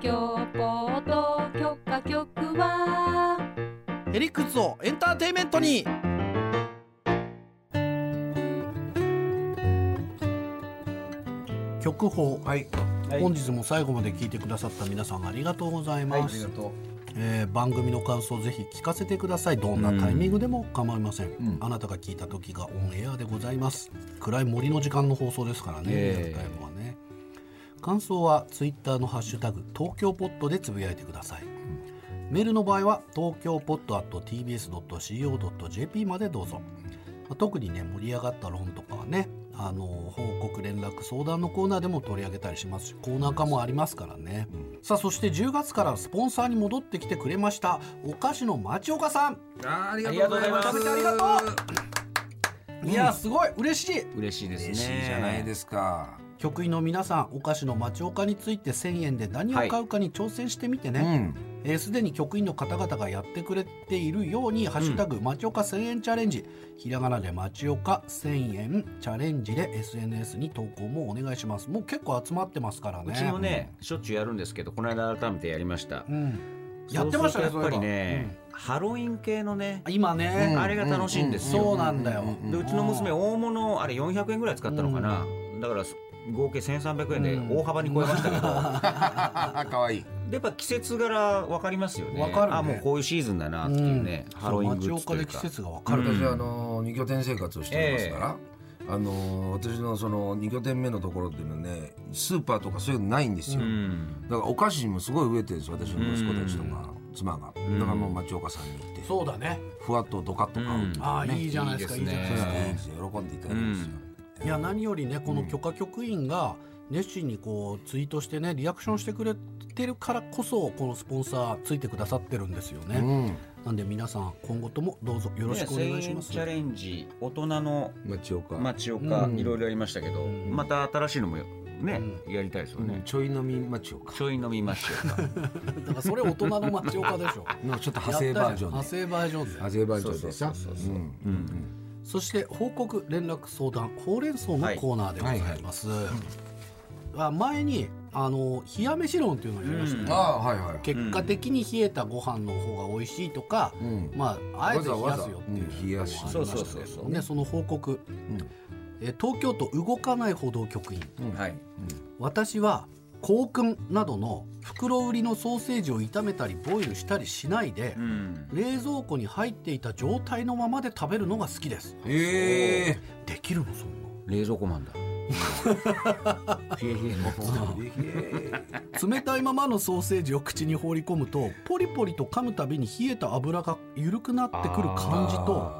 京ポート許可局はヘリクツをエンターテインメントに曲報、はい。はい本日も最後まで聞いてくださった皆さんありがとうございはい、あまりす、がとえー番組の感想をぜひ聞かせてくださいどんなタイミングでも構いません、んあなたが聞いた時がオンエアでございます暗い森の時間の放送ですからね、ええリアルタイムはね感想はツイッターのハッシュタグ東京ポッドでつぶやいてください、メールの場合は東京ポッド .tbs.co.jp までどうぞ、まあ特にね盛り上がった論とかはねあの報告連絡相談のコーナーでも取り上げたりしますしコーナー化もありますからね、さあそして10月からスポンサーに戻ってきてくれましたお菓子の町岡さんう。あーありあがとうございます。ありがとういやすごい嬉しい嬉しいですね。嬉しいじじゃゃなないいですか。局員の皆さんお菓子の町岡について1000円で何を買うかに挑戦してみてね、うん。えーすでに局員の方々がやってくれているように「ハッシュタグ町岡1000円チャレンジ」ひらがなで町岡1000円チャレンジで SNS に投稿もお願いしますもう結構集まってますからねうちもね、しょっちゅうやるんですけど、この間改めてやりましたう。んやってましたねそうするとやっぱりそういえね、ハロウィン系のねば、うん今ね、あれが楽しいんですよ。そうなんだよ、でうちの娘大物あれ400円ぐらい使ったのかな、だからそ合計1300円で大幅に超え ましたけど、あ、可愛いい。でやっぱ季節柄分かりますよねわかるねあもうこういうシーズンだなっていうね、うんハロウィングそうッ町ズと岡でいう季節かがわかる、私あの二拠点生活をしておりますから。あの私のその二拠点目のところっていうのはねスーパーとかそういうのないんですよ、うんだからお菓子もすごい飢えてるんです私の息子たちとか妻が、だからもう町岡さんに行ってそうだねふわっとドカッと買うっていうああいいじゃないですかいいいいですねじゃないですかいいですよ喜んでいただけるんですよ、いや何よりねこの許可局員が熱心にこうツイートしてねリアクションしてくれてるからこそこのスポンサーついてくださってるんですよね、うんなんで皆さん今後ともどうぞよろしくお願いします、ね1000円チャレンジ大人の町岡、町岡、うんいろいろやりましたけど、また新しいのもね、やりたいですよね、ちょい飲み町岡ちょい飲みましょうかだからそれ大人の町岡でし ょのちょっと派生バージョンでやったじゃん派生バージョンでアゼバイジャンでさうんそして報告連絡相談ほうれん草のコーナーでございます、あ前にあの冷や飯論っていうのをやりましたね、ああはいはい結果的に冷えたご飯の方が美味しいとか、んまああえて冷やわざわすざよっていううん冷やしのもありましたけどそうそうそうそうねその報告、え東京都動かない歩道局員、はい私は香薫などの袋売りのソーセージを炒めたりボイルしたりしないで、冷蔵庫に入っていた状態のままで食べるのが好きですええできるのそんな冷蔵庫マンだ冷たいままのソーセージを口に放り込むとポリポリと噛むたびに冷えた油が緩くなってくる感じと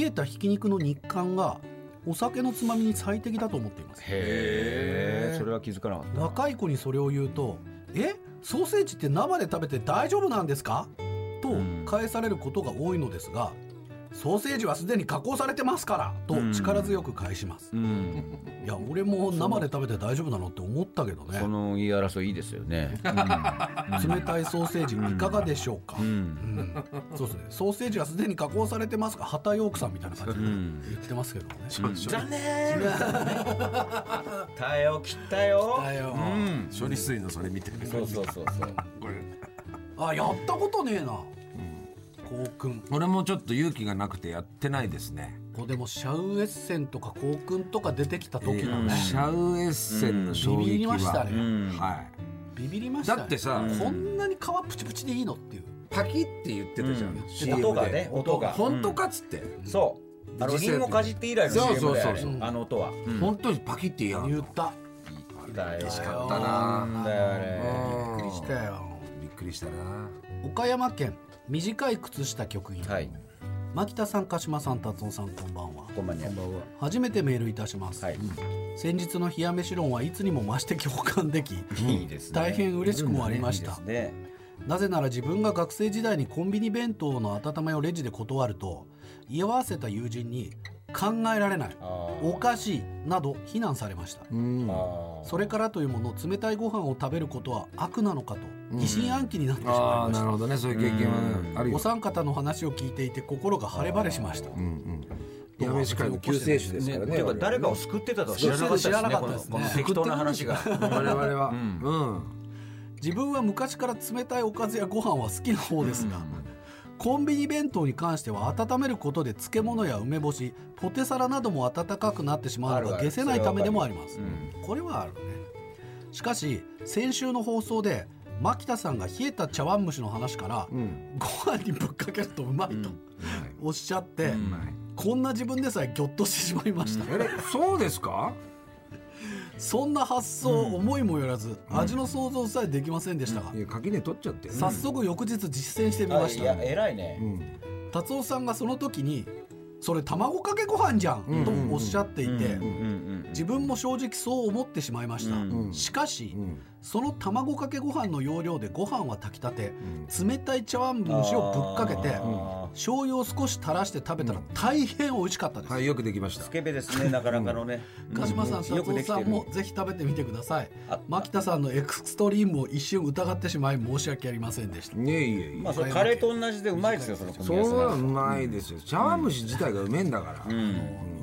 冷えたひき肉の肉感がお酒のつまみに最適だと思っていますへえそれは気づかなかっ若い子にそれを言うと「えソーセージって生で食べて大丈夫なんですか?」と返されることが多いのですが「ソーセージはすでに加工されてますから」と力強く返します、た、うん、いや俺も生で食べて大丈夫なのって思ったけどねこの言い争いいいですよね、冷たいソーセージいかがでしょうか、うんそうですね。ソーセージはすでに加工されてますか、畑ヨークさんみたいな感じで言ってますけどね。残念たよ切ったよだよ処理水のそれ見てそうそうそうそうあ、やったことねえな。こうくん、俺もちょっと勇気がなくてやってないですねこうでもシャウエッセンとかこうくんとか出てきた時のね、シャウエッセンの衝ビビ撃りはましたねはビビりまいしただよってさこんなに皮プチプチでいいのっていう。パキって言ってたじゃん CM で音がね音が本当かっつってそうあの実際リンゴかじって以来の CM だよねそうそうそうあの音は、うん、本当にパキって言いやがった言った。だよだったなだよあれびっくりししたよ。びっくりしたな岡山県短い靴下局員。はい牧田さん鹿島さん達夫さんこんばんはこんばんは初めてメールいたします、はい先日の冷や飯論はいつにも増して共感できいいですね大変嬉しくもありましたいいですねなぜなら自分が学生時代にコンビニ弁当の温めをレジで断ると居合わせた友人に考えられないおかしいなど非難されましたそれからというもの冷たいご飯を食べることは悪なのかと疑心暗鬼になってしまあいあましなるたほどねそういう経験はあるおよ三方の話を聞いていて心が晴れ晴れしましたやめしかの救世主ですからねねていうか誰かを我救ってたとは知らなかったです知らなねかこったのですねこの適当な話が々はうん自分は昔から冷たいおかずやご飯は好きな方ですが、コンビニ弁当に関しては温めることで漬物や梅干しポテサラなども温かくなってしまうのがあるある下せないためでもありますそれはわかるこれはあるねしかし先週の放送で牧田さんが冷えた茶碗蒸しの話から、ご飯にぶっかけるとうまいと、おっしゃって、こんな自分でさえぎょっとしてしまいました、えそうですかそんな発想、思いもよらず味の想像さえできませんでしたが、いや垣根取っちゃって早速翌日実践してみあましいたや偉いね達夫さんがその時に「それ卵かけご飯じゃん!」とおっしゃっていて自分も正直そう思ってしまいました、しかし、その卵かけご飯の要領でご飯は炊きたて、冷たい茶碗蒸しをぶっかけて、醤油を少し垂らして食べたら大変美味しかったです、はいよくできましたスケベですねなかなかのね鹿島さん、達よく夫できさてんるもぜひ食べてみてください牧田さんのエクストリームを一瞬疑ってしまい申し訳ありませんでしたいやいやいまやあそれカレーと同じでうまいですよその組そみ合われせはうまいですよ茶碗蒸し自体がうめえんだから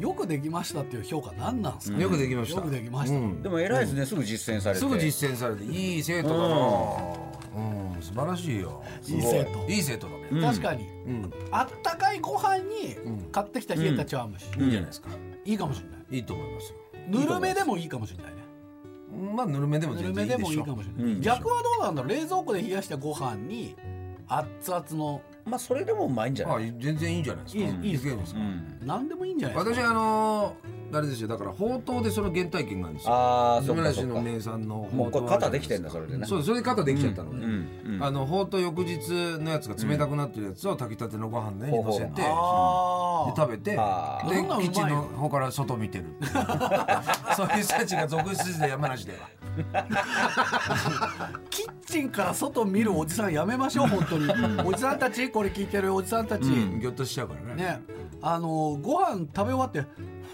よくできましたっていう評価何なんですか、よくできましたよくできました、でも偉いですねすぐ実践されてすぐ実践されていい生徒だなうん素晴らしいよいい生徒いい生徒だね確かに、あったかいご飯に買ってきた冷えた茶碗蒸し、いいじゃないですかいいかもしれないいいと思いますよぬるめでもいいかもしれないねまあぬるめでもぬる全然めいいででもいしいょかもしれない、逆はどうなんだろう冷蔵庫で冷やしたご飯に熱々のまあそれでもうまいんじゃあない全然いいんじゃないですかいいいいですかけるんですか何でもいいんじゃないですか私あのーあれですよだからほうとうでその原体験があるんですよあーそっ島かそっ梨かの名産のもほううとこうれあるじゃ肩ないですきかてんだそれでねそうそれで肩できちゃったので、うんうんあのほうとう翌日のやつが冷たくなってるやつを炊きたてのご飯の上に乗せて、であー食べてであーそんなんうまいキッチンの方から外見て るそういう人たちが続出で山梨ではキッチンから外見るおじさんやめましょう本当におじさんたちこれ聞いてるおじさんたち、ぎょっとしちゃうからねねあのご飯食べ終わって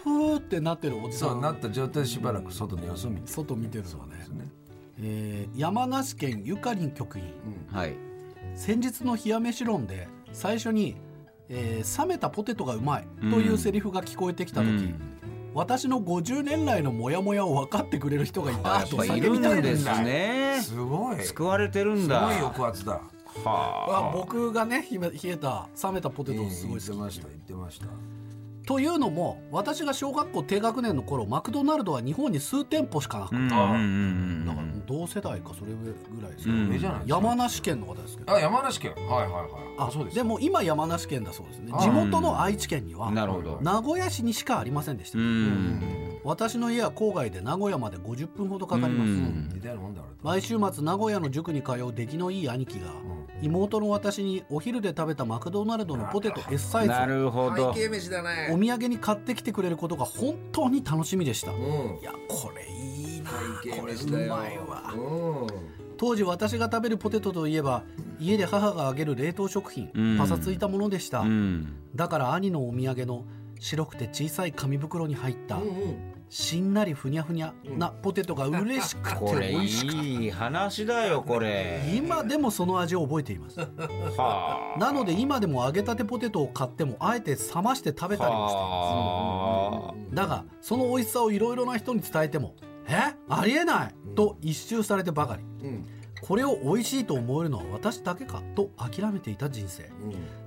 ふーってなってるおじさそうんなった状態でしばらく外の様子を見て外見てるのはねるんですねえー山梨県ゆかりん局員、はい先日の冷や飯論で最初に、えー冷めたポテトがうまい」というセリフが聞こえてきた時、私の50年来のモヤモヤを分かってくれる人がいたとい叫るびんたいですねねすごいす救われてるんだごい抑圧だあ僕がね冷め冷えた冷めたポテトをすご言いって好まき、した言ってましたというのも私が小学校低学年の頃マクドナルドは日本に数店舗しかなかった、だから同世代かそれぐらいですけど、上じゃないですか山梨県の方ですけどあ山梨県はいはいはいあそうですでも今山梨県だそうですね地元の愛知県にはなるほど名古屋市にしかありませんでした、私の家は郊外で名古屋まで50分ほどかかります、似たようなもんだろうと毎週末名古屋の塾に通う出来のいい兄貴が、妹の私にお昼で食べたマクドナルドのポテト S サイズなるほど飯だをおね土産に買ってきてくれることが本当に楽しみでした、うんいやこれいいなこれ飯うまいわうん当時私が食べるポテトといえば家で母が揚げる冷凍食品、パサついたものでした、だから兄のお土産の白くて小さい紙袋に入った、しんなりふにゃふにゃなポテトが嬉しくてこれ美味しくいい話だよこれ今でもその味を覚えていますはなので今でも揚げたてポテトを買ってもあえて冷まして食べたりもしていまあすだがその美味しさをいろいろな人に伝えても「えありえない!」と一周されてばかり、これを美味しいと思えるのは私だけかと諦めていた人生、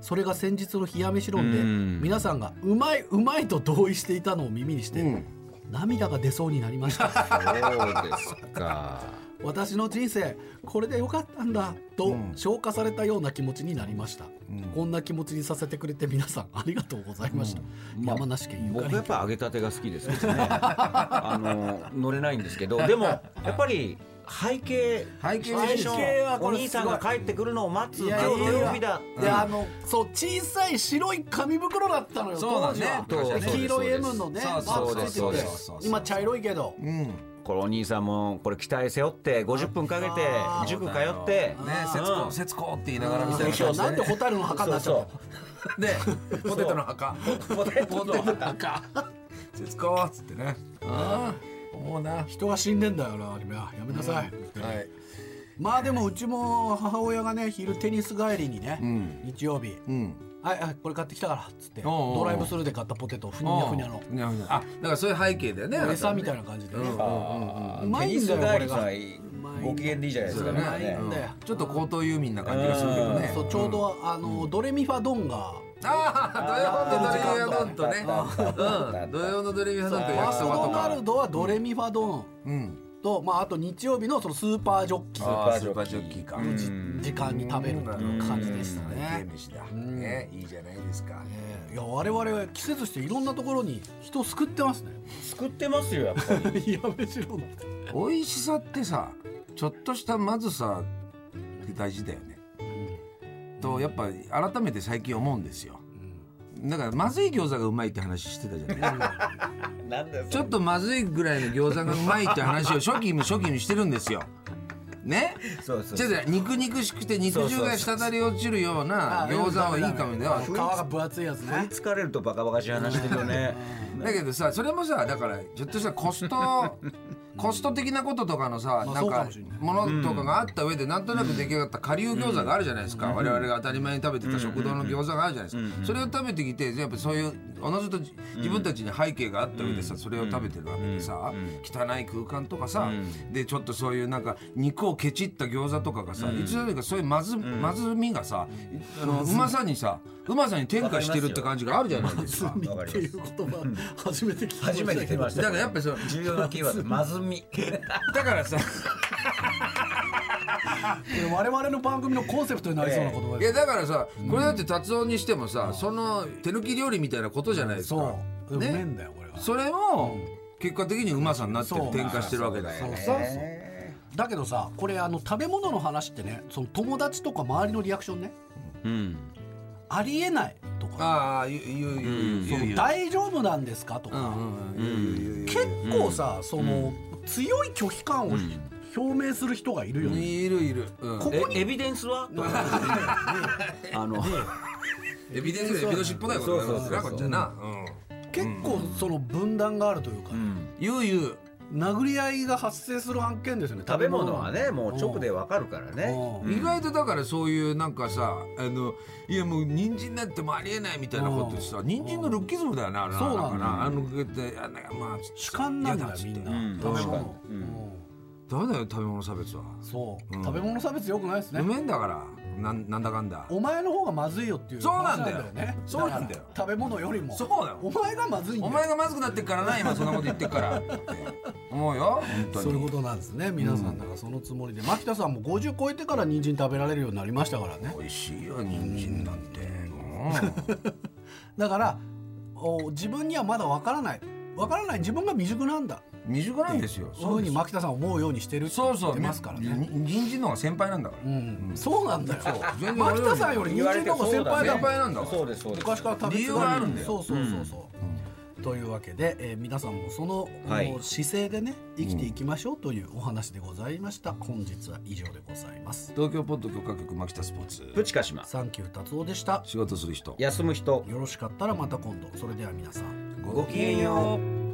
それが先日の冷や飯論で皆さんが「うまいうまい」と同意して いたのを耳にして、涙が出そうになりましたそうですか私の人生これでよかったんだとん消化されたような気持ちになりました、んこんな気持ちにさせてくれて皆さんありがとうございました、山梨県ゆか僕りやっぱ揚げたてが好きですけどね あの乗れないんです けどでもやっぱり背景背景シチュエーション背景はこおれ兄さんが帰ってくるのを待つい今や日いい土わ曜日だいやあのそう小さい白い紙袋だったのよそうだ当時ねは当時はで黄色い M のねそうマそうークついそうでてすてそうです今茶色いけどうんねこれお兄さんもこれ期待背負って50分かけて塾通って節う子ん節子って言いながらみたいな今感日じなんででホタルの墓になっちゃったのねポテトの墓ポテトの墓節子っつってね思うなは人が死んでんだよなアニメはやめなさい、いまあでもうちも母親がね昼テニス帰りにね、日曜日、うんはいはいこれ買ってきたからっつっておうおうおうドライブスルーで買ったポテトふにゃふにゃのふにゃふにゃあだからそういう背景だよね餌みたいなな感じでね、あーうまいんだよテニスこれが帰りさんご機嫌でいいじゃないですかうまいんだよねちょっと高等遊民な感じがするけどねそうちょうど、あのドレミファドンがああ土曜のドレミファドンとねうん土曜のドレミファドンとマ焼きクそばドとナルかドはドレミファドンうんと、まあ、あと日曜日のそのスーパージョッキーあースーパージョッキーかのじ時間に食べるっていう感じでしたねね。飯だねいいじゃないですかえーいや我々は季節していろんなところに人を救ってます ね。作ってますよやっぱりやめしろって。美味しさってさちょっとしたまずさって大事だよね、とやっぱ改めて最近思うんですよ、だからまずい餃子がうまいって話してたじゃないなんだよちょっとまずいぐらいの餃子がうまいって話を初期も初期にしてるんですよねそうそうじゃあ肉肉しくて肉汁が滴り落ちるような餃子はいいかもね皮が分厚いやつね。疲れるとバカバカしい話だよねだけどさそれもさだからちょっとしたコス トコスト的なこととかのさ、まあなんそうかかもしれないものとかがあった上でなんとなく出来上がった顆粒餃子があるじゃないですか、我々が当たり前に食べてた食堂の餃子があるじゃないですか、それを食べてきてやっぱそういうおのずとじ自分たちに背景があった上でさ、それを食べてるわけでさ、汚い空間とかさ、でちょっとそういうなんか肉をケチった餃子とかがさ、いつの間にかそういうまず,、まずみがさあのうまさにさうまさに転化してるって感じがあるじゃないですか。わかっていりう言葉初めて聞きましたけど。まだからやっぱその重要なキーワードまずみだからさ我々の番組のコンセプトになりそうな言葉いでやす。だからさこれだって達夫にしてもさその手抜き料理みたいなことじゃないですかそう。うねめえんだよこれが。それも結果的にうまさになってそう転化してるわけだよそうそうそうだけどさこれあの食べ物の話ってねその友達とか周りのリアクションねうんありえないとかああ言う言う言うそ言うの言う大丈夫なんですかとうか、んうんうん言う言う言う結構さその、強い拒否感を表明する人がいるよね、いるいるうんここにえエビデンスはあのエビデンスでエビの尻尾だよこれそうそうそうなこっちゃな結構その分断があるというか、言う言う殴り合いが発生する案件ですよね食べ物は食ねべもう直でわかるからねうん意外とだからそういうなんかさあのいやもう人参なんてもありえないみたいなことさ人参のルッキズムだよなあれなそうなんだよだからあのってあなんかまあ主観なんだ嫌よだっつっみてんな、うん食べ確かに物、うんダメだよ食べ物差別はそう、うん食べ物差別よくないですねうめえんだからなんなんだかんだお前の方がまずいよっていうそうなんだよ話ねそうなんだよから食べ物よりもそうだよお前がまずいんだおよ前がまずくなってっからな今そんなこと言ってっからって思うよ本当そういうこにとなんですね皆さんなんかそのつもりで、牧田さんも50超えてから人参食べられるようになりましたからね美味しいよ人参なんてうんだからお自分にはまだわからないわからない自分が未熟なんだ未熟なんです よそういうふうに牧田さん思うようにしてるってそうそ言っうてますからねに人参の方が先輩なんだからうんそうなんだよ全然牧田さんより人参の方が先輩だ先もん輩なんだからそうですそうです昔から食べて理由があるんだよそうそうそうそう、というわけで、えー皆さんもその、はいもう姿勢でね生きていきましょうというお話でございました、本日は以上でございます東京ポッド許可局牧田スポーツプチカシマサンキュー達夫でした仕事する人休む人よろしかったらまた今度それでは皆さんごきげんよう